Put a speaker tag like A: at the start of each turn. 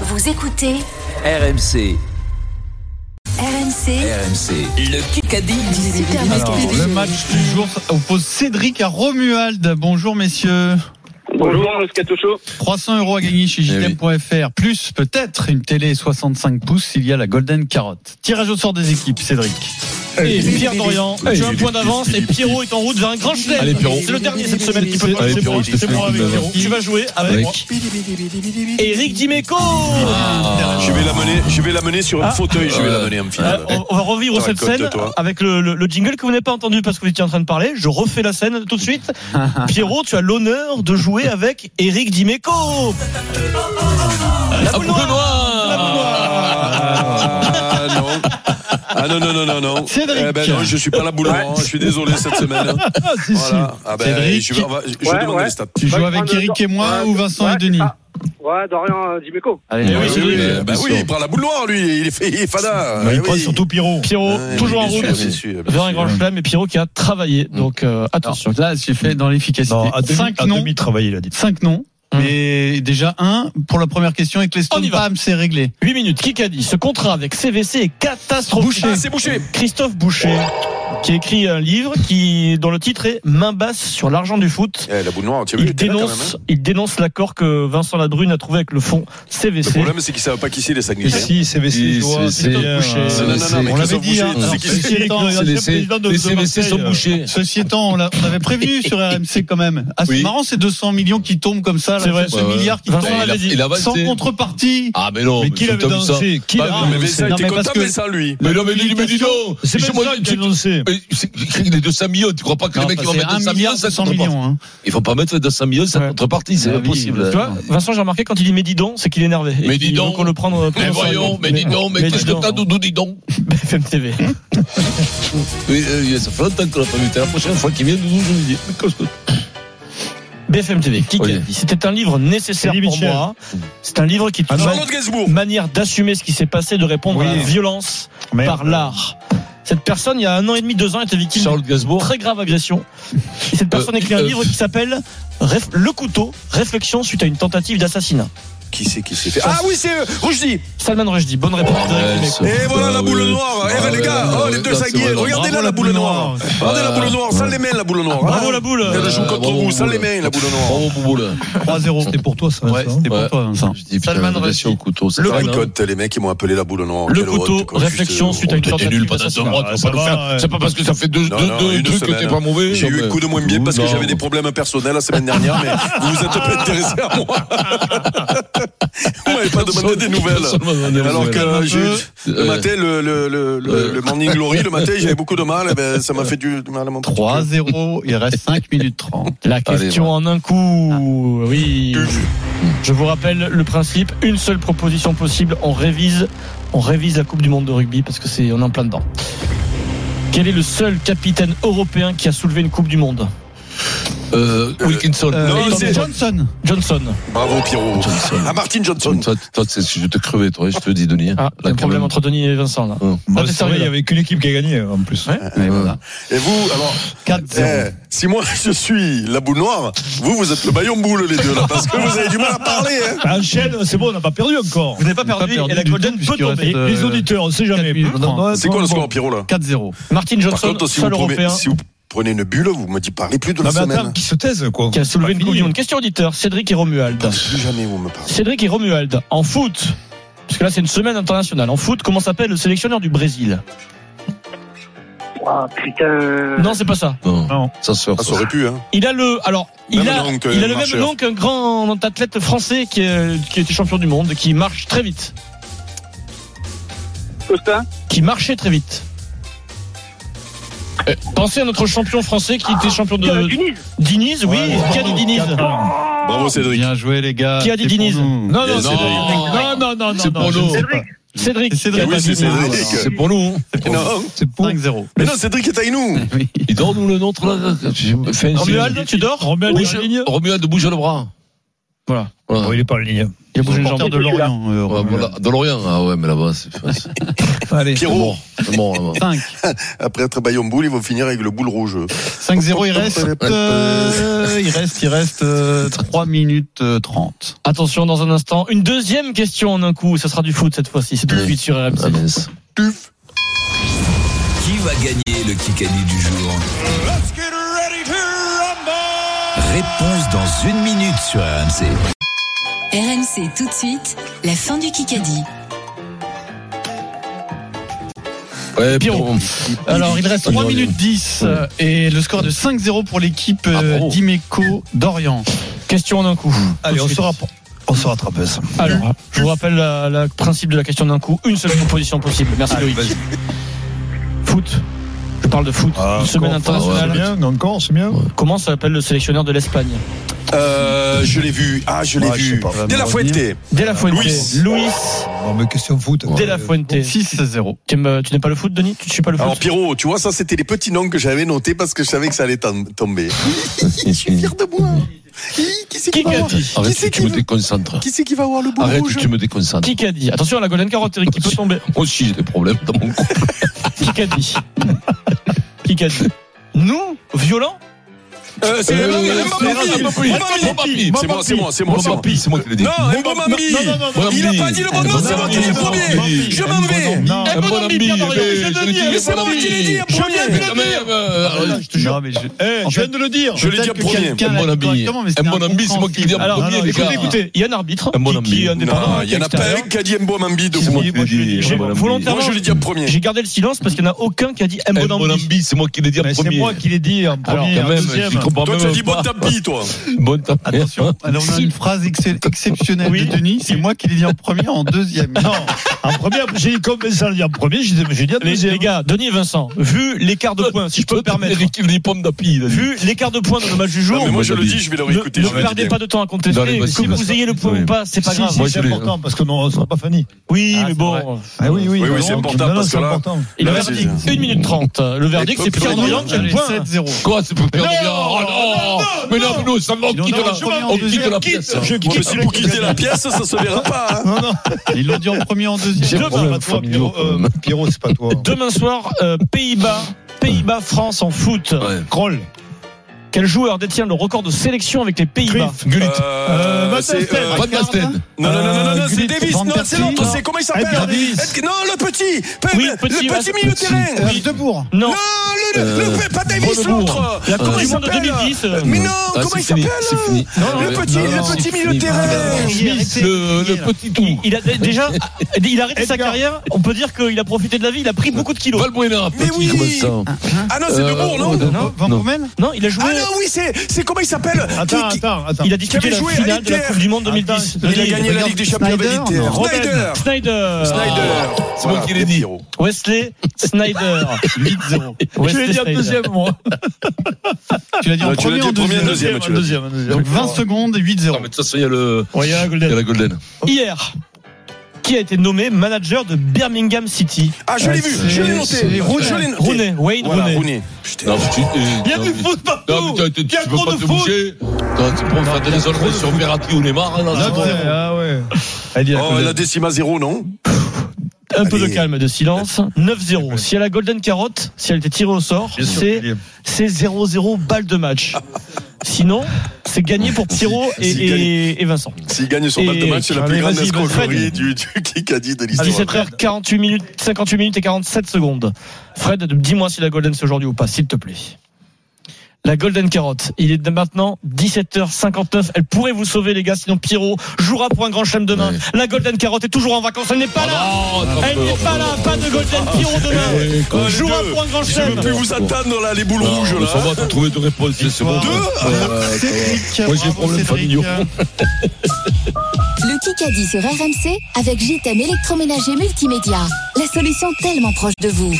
A: Vous écoutez
B: RMC,
A: RMC
B: RMC, le Kikadi.
A: Super
C: Alors,
A: Moscato.
C: le match du jour oppose Cédric à Romuald. Bonjour messieurs.
D: Bonjour, le Scato Show.
C: 300 euros à gagner
E: Eh
C: chez JDM.fr, plus peut-être une télé 65 pouces s'il y a la Golden Carotte. Tirage au sort des équipes, Cédric.
E: Eh
F: Et Pierre Dorian, tu as un point d'avance et Pierrot est en route vers un grand chelem.
E: Allez, Pierrot.
F: C'est le dernier cette semaine qui peut
E: Allez,
F: c'est
E: Pierrot,
F: moi,
E: je te
F: c'est
E: fais
F: moi
E: une
F: avec
E: bonne
F: Pierrot. Tu vas jouer avec moi. Eric Dimeco
E: Je vais l'amener, je vais l'amener sur un
F: Ah.
E: fauteuil, je vais
B: Ouais.
E: l'amener un petit peu.
F: Euh, on, on va revivre
E: T'aurais
F: cette
E: le code,
F: scène
E: toi.
F: avec le, le- le jingle que vous n'avez pas entendu parce que vous étiez en train de parler. Je refais la scène tout de suite. Pierrot, tu as l'honneur de jouer avec Eric Dimeco. La boule noire. La boule noire.
E: Ah non. Ah non, non, non, non, non.
C: Cédric.
E: Eh ben non, je suis pas la boule noire, je suis désolé cette semaine.
C: Ah, si,
E: Voilà. Ah ben,
C: Cédric.
E: je vais, on va- je vais
D: Ouais,
E: demander Eh
D: ouais.
E: les stats.
C: si. Tu
D: Bah,
C: joues
D: je
C: avec
D: prends le-
C: Eric et moi
E: Ah,
D: Ouais,
C: ou Vincent
D: Ah, ouais,
C: et Denis
D: c'est ça. Ouais, Dorian euh, Dimeco.
C: Allez,
F: Eh oui,
C: ouais,
F: Cédric.
C: ouais, ouais,
E: Bah
C: bien
E: oui,
C: sûr.
E: il prend la boule noire, lui. Il est, fait- il est fada.
C: Bah,
E: Eh
C: Il prend
E: oui.
C: surtout Pierrot.
F: Pierrot,
E: Ouais,
F: toujours en
E: bien
F: route
E: sûr, bien sûr, bien
F: vers un
E: sûr. Mm.
F: grand chelem et Pierrot qui a travaillé. Donc euh,
C: Alors,
F: attention.
C: là, j'ai fait dans l'efficacité.
G: Non, à demi,
C: Cinq
G: à
C: noms.
G: demi travaillé, il a dit.
C: Cinq noms.
F: Hum.
C: Mais déjà un pour la première question et
F: On
C: Cleston
F: y va.
C: Pam, c'est réglé.
F: 8 minutes. Qui a dit Ce contrat avec CVC est catastrophique.
E: Ah, c'est bouché.
F: Christophe Boucher, qui écrit un livre qui, dont le titre est Main basse sur l'argent du foot.
E: Eh, la boule noire, tu as vu,
F: Il
E: elle était là, quand
F: dénonce,
E: même, hein.
F: il dénonce l'accord que Vincent Labrune a trouvé avec le fonds
E: Le
F: CVC.
E: problème, c'est qu'ils savent pas qui c'est, les Saguenayens.
G: Ici, CVC,
H: c'est- c'est-
E: Non, non, non,
H: c'est-
E: mais
C: on l'avait
E: Christophe
C: dit,
E: Boucher,
C: hein.
E: c'est
C: Alors,
E: qui
C: ceci
E: c'est
C: étant-
H: C'est
F: ancien
H: les, C-
F: président de-
H: les
F: de
H: CVC
F: Marseille,
H: sont
F: euh,
H: bouchés.
C: Ceci étant, on, l'a- on avait prévenu sur RMC quand même. Ah, c'est
H: Oui.
C: marrant, ces 200 millions qui tombent comme ça, là,
F: C'est vrai.
C: ce
H: Ouais, ouais.
C: milliard qui
F: Vincent
C: tombe
F: l'avait dit.
H: il a
C: sans
H: avancé.
C: contrepartie.
H: Ah, mais non,
C: mais
H: mais
C: qui
H: tu
C: l'avait
H: t'as vu ça
C: annoncé Qui
H: Bah,
C: l'avait
H: non,
E: Mais
C: annoncé
E: Vincent,
C: Non,
E: il était
C: mais parce
E: content,
C: que-
E: Vincent, lui.
H: Mais non, mais dis mais dis donc
G: C'est
H: Je-
G: même
H: moi,
G: ça
H: tu-
G: qui a annoncé.
H: mais c'est- Il est 200 millions, tu crois pas que
C: Non,
H: les mecs ils
C: parce
H: vont
C: que c'est
H: mettre 200
C: un milliard
H: millions, ça
C: 500
H: compte pas.
C: millions. hein.
H: Il faut pas mettre 200 millions, ça
F: Ouais.
H: contrepartie, c'est
C: Ah oui, bien
H: impossible.
F: Tu vois, Vincent, j'ai remarqué quand il dit mais dis donc, c'est qu'il est énervé.
H: Mais
F: Et
H: dis
F: il
H: donc.
F: veut qu'on le prenne. euh,
H: Mais
F: prenne
H: voyons,
F: ensemble.
H: mais dis donc, mais qu'est-ce que
F: dis
H: t'as,
F: donc.
H: Doudou, dis donc
F: BFM TV.
H: Oui, euh, ça fait longtemps qu'on l'a pas vu. T'es La prochaine fois qu'il vient, Doudou, je lui dis Mais qu'est-ce que
F: BFM TV. Qui
H: Oui.
F: a dit C'était un livre nécessaire
G: Elie
F: pour
G: Mitchell.
F: moi. C'est un livre qui est une
E: Charlotte Gainsbourg.
F: ma- manière d'assumer ce qui s'est passé, de répondre
C: Oui.
F: à la violence
G: Merde.
F: par l'art. Cette personne, il y a un an et demi, deux ans, était victime
H: Charles
F: Bon,
H: Gainsbourg
F: Très grave agression. Et cette personne
H: Euh,
F: écrit un
H: euh,
F: livre qui s'appelle Réf- Le couteau, réflexion suite à une tentative d'assassinat.
E: Qui c'est qui s'est fait Ah oui, c'est eux. Rougedi.
F: Salman Rushdie, bonne réponse.
E: Ah,
F: d'Eric Dimeco.
E: Et voilà la boule noire. Eh ben, les gars, oh, les deux saguiers. Regardez-la, la boule noire. Regardez la boule noire, sans les mains, la boule noire.
F: Ah,
E: Ah,
F: Bravo la boule.
E: Elle joue contre
H: Euh, Bravo,
E: vous, sans
H: boule.
E: les mains, la boule noire.
H: Bravo, Bouboule.
C: 3-0. C'était pour toi, ça.
H: Ouais,
C: Vincent. C'était pour
H: ouais.
C: toi, Vincent.
H: Je dis,
F: Salman
H: putain, la
F: Rushdie.
H: relation au couteau, ça
F: Le
H: fait
E: Ah,
H: mal,
E: les
H: hein.
E: cotes, les mecs, ils m'ont appelé la boule noire.
F: Le
E: Quelle honte,
F: couteau,
E: quoi,
F: réflexion
E: juste,
F: suite à
E: euh,
F: une Ah,
H: T'es
F: tentative
H: nul pendant deux
F: d'assassinat.
H: mois, tu vas pas le
G: va,
H: faire.
G: ouais.
H: C'est pas parce que ça fait deux,
E: Non,
H: deux-
E: non,
H: deux
E: une
H: trucs
E: semaine,
H: que t'es pas
E: hein.
H: mauvais.
E: J'ai eu un coup de moins bien parce que
H: Non.
E: j'avais des problèmes personnels la semaine dernière, mais vous vous êtes pas intéressé à moi. vous m'avez pas demandé des nouvelles.
H: Personne m'a demandé des
E: Alors que
H: nouvelles.
E: euh, j'ai- le
H: Euh,
E: matin, le, le, le, le- le Morning Glory, le matin, j'avais beaucoup de mal, et ben, ça m'a fait du, du mal à mon
C: 3-0. Il reste 5 minutes 30.
F: La question en un coup. Oui. Je vous rappelle le principe une seule proposition possible. On révise, on révise la Coupe du Monde de rugby parce que c'est on est en plein dedans. Quel est le seul capitaine européen qui a soulevé une Coupe du Monde
H: Euh, Wilkinson.
C: Euh,
E: Non,
C: Elton
E: c'est-
C: Johnson.
F: Johnson.
E: Bravo, Pierrot.
H: Johnson.
E: À Martin Johnson.
H: Toi, toi, c'est- je vais te crever, toi, je te dis, Denis. hein.
F: Ah, il y a un
H: Là,
F: problème
H: quand
F: entre Denis et Vincent là.
H: même.
F: Ah,
G: Bah, c'est vrai,
F: t'es sérieux,
G: il y
F: là.
G: avait qu'une équipe qui a gagné en plus.
C: Et voilà.
E: Et vous, alors,
C: 4-0.
E: eh, si moi je suis la boule noire, vous, vous êtes le baillon boule, les deux, là, parce que vous avez du mal à parler, hein.
G: Enchaîne, c'est bon, on n'a pas perdu encore.
F: Vous n'avez pas
C: perdu,
F: perdu,
C: perdu
F: et la
C: du
F: Golden
C: tout,
F: peut
C: puisqu'il
F: tomber.
C: reste, euh,
G: Les auditeurs, on sait
C: quatre
G: jamais.
C: minutes,
G: Bon,
C: trente.
G: bon,
E: C'est quoi le
G: bon.
E: score, Pierrot, là
C: 4-0.
F: Martin
E: Par
F: Johnson,
E: contre, si vous,
F: seul
E: prenez,
F: européen
E: si vous prenez une bulle, vous me dites parlez plus de la
G: Non, mais attends,
E: semaine.
G: qui se taise, quoi.
F: qui a soulevé une
G: C'est pas
F: Coupe du
G: fini.
F: Monde. Question auditeur, Cédric et Romuald.
E: Plus jamais vous me parlez.
F: Cédric et Romuald, en foot, parce que là c'est une semaine internationale, en foot, comment s'appelle le sélectionneur du Brésil
D: Oh
E: Euh.
D: putain.
F: Non, c'est pas ça.
H: Non,
G: Non.
H: ça sort.
E: Ah, ça aurait pu, hein.
F: Il a le, alors, il
E: Même
F: a,
E: nom que
F: il a le même
E: Marcheur.
F: nom qu'un grand athlète français qui, est- qui était champion du monde, qui marche très vite,
D: Costa.
F: qui marchait très vite. Euh, Pensez à notre champion français qui était champion
D: Euh,
F: de
D: Tunis.
F: Diniz, oui,
G: Ouais,
F: qui a dit
G: pardon,
F: Diniz
G: quatre ans.
E: Bravo, Cédric.
C: Bien joué, les gars.
F: Qui a dit
C: C'est pour
F: Diniz
C: nous.
F: Non, non,
E: Yes, Cédric.
F: non, non, non, non,
H: C'est
F: non,
H: pour
F: je
H: nous.
F: ne sais pas. Cédric.
C: C'est Cédric.
F: qui a dit
E: Oui, c'est
F: Diniz.
E: Cédric.
H: C'est pour nous. hein.
E: Mais non,
G: C'est pour.
C: 5-0.
E: mais non, Cédric est avec nous.
C: Oui.
H: Il dort, nous, le nôtre, là. J'ai fait un-
F: Romuald, tu dors
G: Romuald,
F: Oui,
G: il y a
F: je-
G: une ligne.
H: Romuald, bouge le bras.
F: Voilà.
H: Voilà.
G: Bon, il est pas en ligne.
F: Il a bougé une jambe.
C: Supporter de Lorient. euh,
H: Ouais, bon,
C: Romain.
H: là- de Lorient, ah ouais, mais là-bas, c'est c'est-
G: Allez.
H: c'est
E: Pierrot,
H: bon. C'est bon, là-bas.
C: Cinq.
E: après être Bayonne boule, ils vont finir avec le boule rouge.
C: 5-0, il reste, euh, il reste, il reste 3 minutes euh, 30.
F: Attention dans un instant. Une deuxième question en un coup. Ça sera du foot cette fois-ci. C'est tout de suite sur
H: Ah,
F: RMC.
H: mince.
B: Qui va gagner le Kikadi du jour Réponse dans une minute sur RMC.
A: RMC tout de suite, la fin du Kikadi.
H: Ouais,
F: Pierrot. Alors, il reste 3 minutes 10 euh, et le score est de 5-0 pour l'équipe euh, d'Imeco d'Orient. Question en un coup.
G: Allez,
F: Tout
G: on
F: de
G: se
F: suite.
G: rapproche. On se rattrape. ça.
F: Alors, je vous rappelle la- la- le principe de la question d'un coup. Une seule proposition possible. Merci Loïc. Foot. Je parle de foot.
G: Ah,
F: Une semaine
G: encore,
H: ouais,
F: internationale.
G: C'est bien, encore, c'est bien.
F: Comment s'appelle le sélectionneur de l'Espagne
E: Euh, je l'ai vu. Ah, je l'ai
C: Ouais, je sais
E: vu.
C: pas, va
E: Dès
C: me
E: la
C: revenir.
E: Fuente.
F: De la Fuente.
E: Luis.
F: Luis
G: On me question foot.
F: De la Fuente.
C: 6-0.
F: Tu aimes, euh, tu n'aimes pas le foot, Denis Tu ne suis pas le foot
E: Alors Pierrot, tu vois, ça c'était les petits noms que j'avais notés parce que je savais que ça allait tom- tomber. je suis fier de moi. Hi, Qui c'est qui,
F: Qui
E: va
F: qu'a
E: avoir
F: dit
E: Qui
H: Arrête,
E: c'est
H: tu
E: qui,
H: me
E: veut-
H: déconcentres.
E: qui, c'est qui va avoir le boule
H: Arrête,
E: rouge
H: tu me déconcentres.
F: Qui qu'a dit Attention à la Golden Carotte, Eric, qui peut tomber.
H: Moi aussi, j'ai des problèmes dans mon couple.
F: Qui qu'a dit Qui qu'a dit Nous Violents
E: Euh, C'est
H: Euh,
E: Mbappé,
H: c'est Mbappé.
E: Mbappé. Mbappé. C'est moi, c'est moi, c'est moi. c'est moi.
H: Mbappé, c'est moi qui l'ai dit.
E: Non, Mbambi. Il a pas dit le bon nom, Oh c'est moi qui l'ai premier. Je m'en vais. Ah,
G: Non,
F: Eh,
H: Un bon ami,
F: Pierre Dorian,
H: mais
F: je
H: je
F: le dis,
H: l'ai dit,
F: mais
H: un
E: c'est
H: bon
E: moi qui l'ai dit, un
H: ami. Je
E: premier.
H: viens de le dire. euh, alors, je te jure.
C: Non, mais Ah, je,
G: Eh,
C: en
G: je
C: fait,
G: viens de le dire.
E: Je l'ai dit en
C: peut-être que
E: premier.
C: quelqu'un
H: Un
C: l'a
H: bon
C: dit
H: ami.
C: correctement, mais c'était
H: Un bon ami, c'est moi qui l'ai dit
C: incompréhensible.
H: en premier,
F: Alors,
H: les
F: écoutez,
H: gars.
F: écoutez, il y a un arbitre
H: Un bon
F: qui, qui est
H: ami.
F: indépendant.
E: Non, il n'y en a pas un qui a dit Mbambi de
H: C'est
E: vous.
H: moi qui l'ai dit.
F: J'ai-
H: Mbambi.
F: volontairement-
E: Moi, je l'ai dit en premier.
F: J'ai gardé le silence parce qu'il n'y en a aucun qui a dit M.
H: Un
F: Bonambi.
H: bon ami, c'est moi qui l'ai dit en
G: Mais C'est
H: premier.
G: moi qui l'ai dit en
F: Alors,
G: premier,
H: Quand
G: en
H: même,
G: deuxième.
H: tu comprends
E: Toi,
H: même
E: tu as dit bon
H: pas.
E: tapis, toi.
H: Bonne tape.
C: Attention,
H: hein.
C: alors on a
F: Si.
C: une phrase excel- exceptionnelle
F: Oui.
C: de Denis, c'est moi qui l'ai dit en premier, en deuxième. Non,
G: En premier, j'ai dit comme Vincent l'a dit en premier, j'ai dit, mais j'ai dit en
F: Les,
G: deuxième.
F: les gars, Denis et Vincent, vu l'écart de points, si je Euh, peux me permettre,
H: Eric, il dit pomme d'api. il a dit.
F: vu l'écart de points dans le match du jour,
E: Non, mais moi, je le
H: Mbambi.
E: dis, je vais le
F: ne,
E: réécouter.
F: ne
E: je le dis
F: perdez
E: bien.
F: pas de temps à
H: Dans les
F: contester.
H: votes,
F: Que
H: comme
F: vous
H: ça.
F: ayez le point
H: Oui.
F: ou pas, c'est pas
G: Si,
F: grave.
G: si,
H: Moi, je
G: c'est
H: l'ai.
G: important parce qu'on ne sera pas Fanny.
F: Oui,
C: Ah,
F: mais
C: c'est
F: bon.
G: Ah oui, oui,
E: Oui, oui,
G: pardon,
E: c'est
G: non,
E: important, parce que là-
F: Et le
E: Ouais,
F: verdict,
E: c'est-
F: 1 minute 30. Le verdict, c'est
E: peuples
F: Pierre
E: d'Orient,
F: Dorian qui a le
C: Allez,
F: point.
C: 7-0.
H: Quoi, c'est pas perdu Oh non Mais non, mais non, ça va, on
C: Sinon,
H: quitte
C: non,
H: la-
C: je m'en
H: on
C: vais,
H: quitte
C: je
H: la
C: quitte.
H: pièce.
G: Je quitte
E: Ouais, mais si
G: le
E: pour
G: club.
E: quitter la pièce, ça se verra pas. hein.
G: Non, non,
C: Ils l'ont dit en premier, en
H: J'ai
C: deuxième.
H: un
G: Demain,
H: problème
G: pas toi,
H: familial,
G: Pierrot, euh, Pierrot, c'est pas toi.
F: Demain soir, euh, Pays-Bas, Pays-Bas, France en foot.
H: Ouais.
G: Kroll.
F: Quel joueur détient le record de sélection avec les Pays-Bas
H: Gullit.
E: Euh, c'est, euh,
H: Van Basten.
E: Non, non, non, non, non, non, c'est
G: Gullit,
E: Davis.
G: Van
E: Non, c'est
G: Persie.
E: l'autre. C'est comment il s'appelle
G: Edgar Davis.
E: Ed- Non, le petit. Pe-
F: Oui,
E: le
F: petit,
E: petit,
F: ouais.
E: milieu de terrain.
C: Hervé Debourg.
F: Non.
E: Non, le, le,
H: Euh,
E: le- pas Davis,
H: Bonnebourg.
E: l'autre.
F: La
E: Comment
F: Coupe du
E: il
F: Monde de
E: s'appelle
F: 2010. euh,
E: Mais non,
H: Ah,
E: comment
H: c'est
E: il
H: fini,
E: s'appelle
H: c'est fini.
F: Non,
E: Le
H: non,
E: petit,
H: non,
E: le
H: c'est
E: petit milieu
H: fini.
E: de terrain.
H: Le le petit
F: il-
H: tout.
F: Il a dé- déjà, il a arrêté sa
G: Edgar.
F: carrière. On peut dire qu'il a profité de la vie. Il a pris beaucoup de kilos.
H: Valbuena,
E: Mais
H: petit,
E: oui.
H: comment ça
E: Ah non, c'est
H: Euh,
E: Debourg, non
H: Odin.
C: Non, Van
H: Non.
C: Bommel
F: Non, il a joué.
E: Ah non, oui, c'est c'est comment il s'appelle
G: Attends,
E: Qui- qui-
G: attends, attends.
F: Il a disputé
E: Qui avait
F: la
E: joué à
F: finale de la
E: l'Inter.
F: Coupe du Monde 2010.
E: Il a gagné la
C: Regarde,
E: Ligue des Champions avec
C: Snyder,
E: l'Inter.
C: non.
E: Snyder.
F: Snyder.
E: Snyder.
H: C'est moi qui l'ai dit.
F: Wesley Snyder.
C: 8-0.
F: Wesley
G: l'ai dit en
F: Snyder.
G: deuxième, moi.
C: Tu l'as dit en
E: Ouais, tu l'as
C: premier,
E: dit
C: en
E: en premier,
C: deuxième.
E: en deuxième. tu l'as dit.
G: deuxième, deuxième.
C: Donc 20 secondes,
H: Non,
C: 8-0.
H: mais de toute façon, il y a le-
G: Ouais, il y a un
H: il y a
G: Golden.
H: la Golden.
F: Hier, qui a été nommé manager de Birmingham City
E: Ah, je l'ai vu, je l'ai noté.
C: c'est Rooney.
E: Je l'ai noté.
F: Rooney, Wayne
E: Voilà,
F: Rooney.
E: Rooney.
H: Non,
E: Putain.
H: mais tu- euh,
F: Il y a
H: non,
F: du
H: mais-
F: foot partout.
H: Non, mais tu- tu-
F: Il y a
H: tu peux
F: trop
H: pas
F: de
H: te
F: foot.
H: bouger. Non, Tu peux faire des entrées sur Verratti ou Neymar. là, c'est
G: Ah
H: bon.
G: ouais, ah ouais. Elle dit la
E: Oh,
G: Golden.
E: la décima zéro, non
F: Un peu de
E: Allez.
F: calme, de silence. 9-0. Si elle a Golden Carotte, si elle était tirée au sort,
G: Bien sûr
F: c'est
G: qu'elle y est.
F: c'est 0-0 balle de match. Sinon, c'est gagné pour Pierrot et,
E: c'est gagné.
F: et- et Vincent.
E: S'il gagne son
F: Et-
E: balle de match, c'est la
F: Allez,
E: plus grande
F: vas-y, vas-y.
E: escroquerie du, du Kikadi de l'histoire.
F: 17h48 minutes, 58 minutes et 47 secondes. Fred, dis-moi si la Golden c'est aujourd'hui ou pas, s'il te plaît. La Golden Carotte, il est maintenant 17h59. Elle pourrait vous sauver, les gars, sinon Pierrot jouera pour un grand chelem demain.
H: Ouais.
F: La Golden Carotte est toujours en vacances. Elle n'est pas là.
H: Ah, non,
F: Elle
H: non,
F: n'est
H: non,
F: pas
H: non,
F: là.
H: non,
F: Pas
H: non,
F: de
H: non.
F: Golden Pierrot
H: Eh,
F: demain.
H: quoi,
E: les
F: Jouera
E: deux.
F: pour un grand
E: Je ne
F: chelem.
E: veux plus vous attendre là, les boules
H: Non,
E: rouges
H: mais ça
E: là.
H: va, t'as trouvé deux réponses, c'est bon.
C: Deux
H: Ouais, ouais, ça va. Moi, j'ai des problèmes familiaux.
A: Le Kikadi sur RMC avec JTM électroménager multimédia. La solution tellement proche de vous.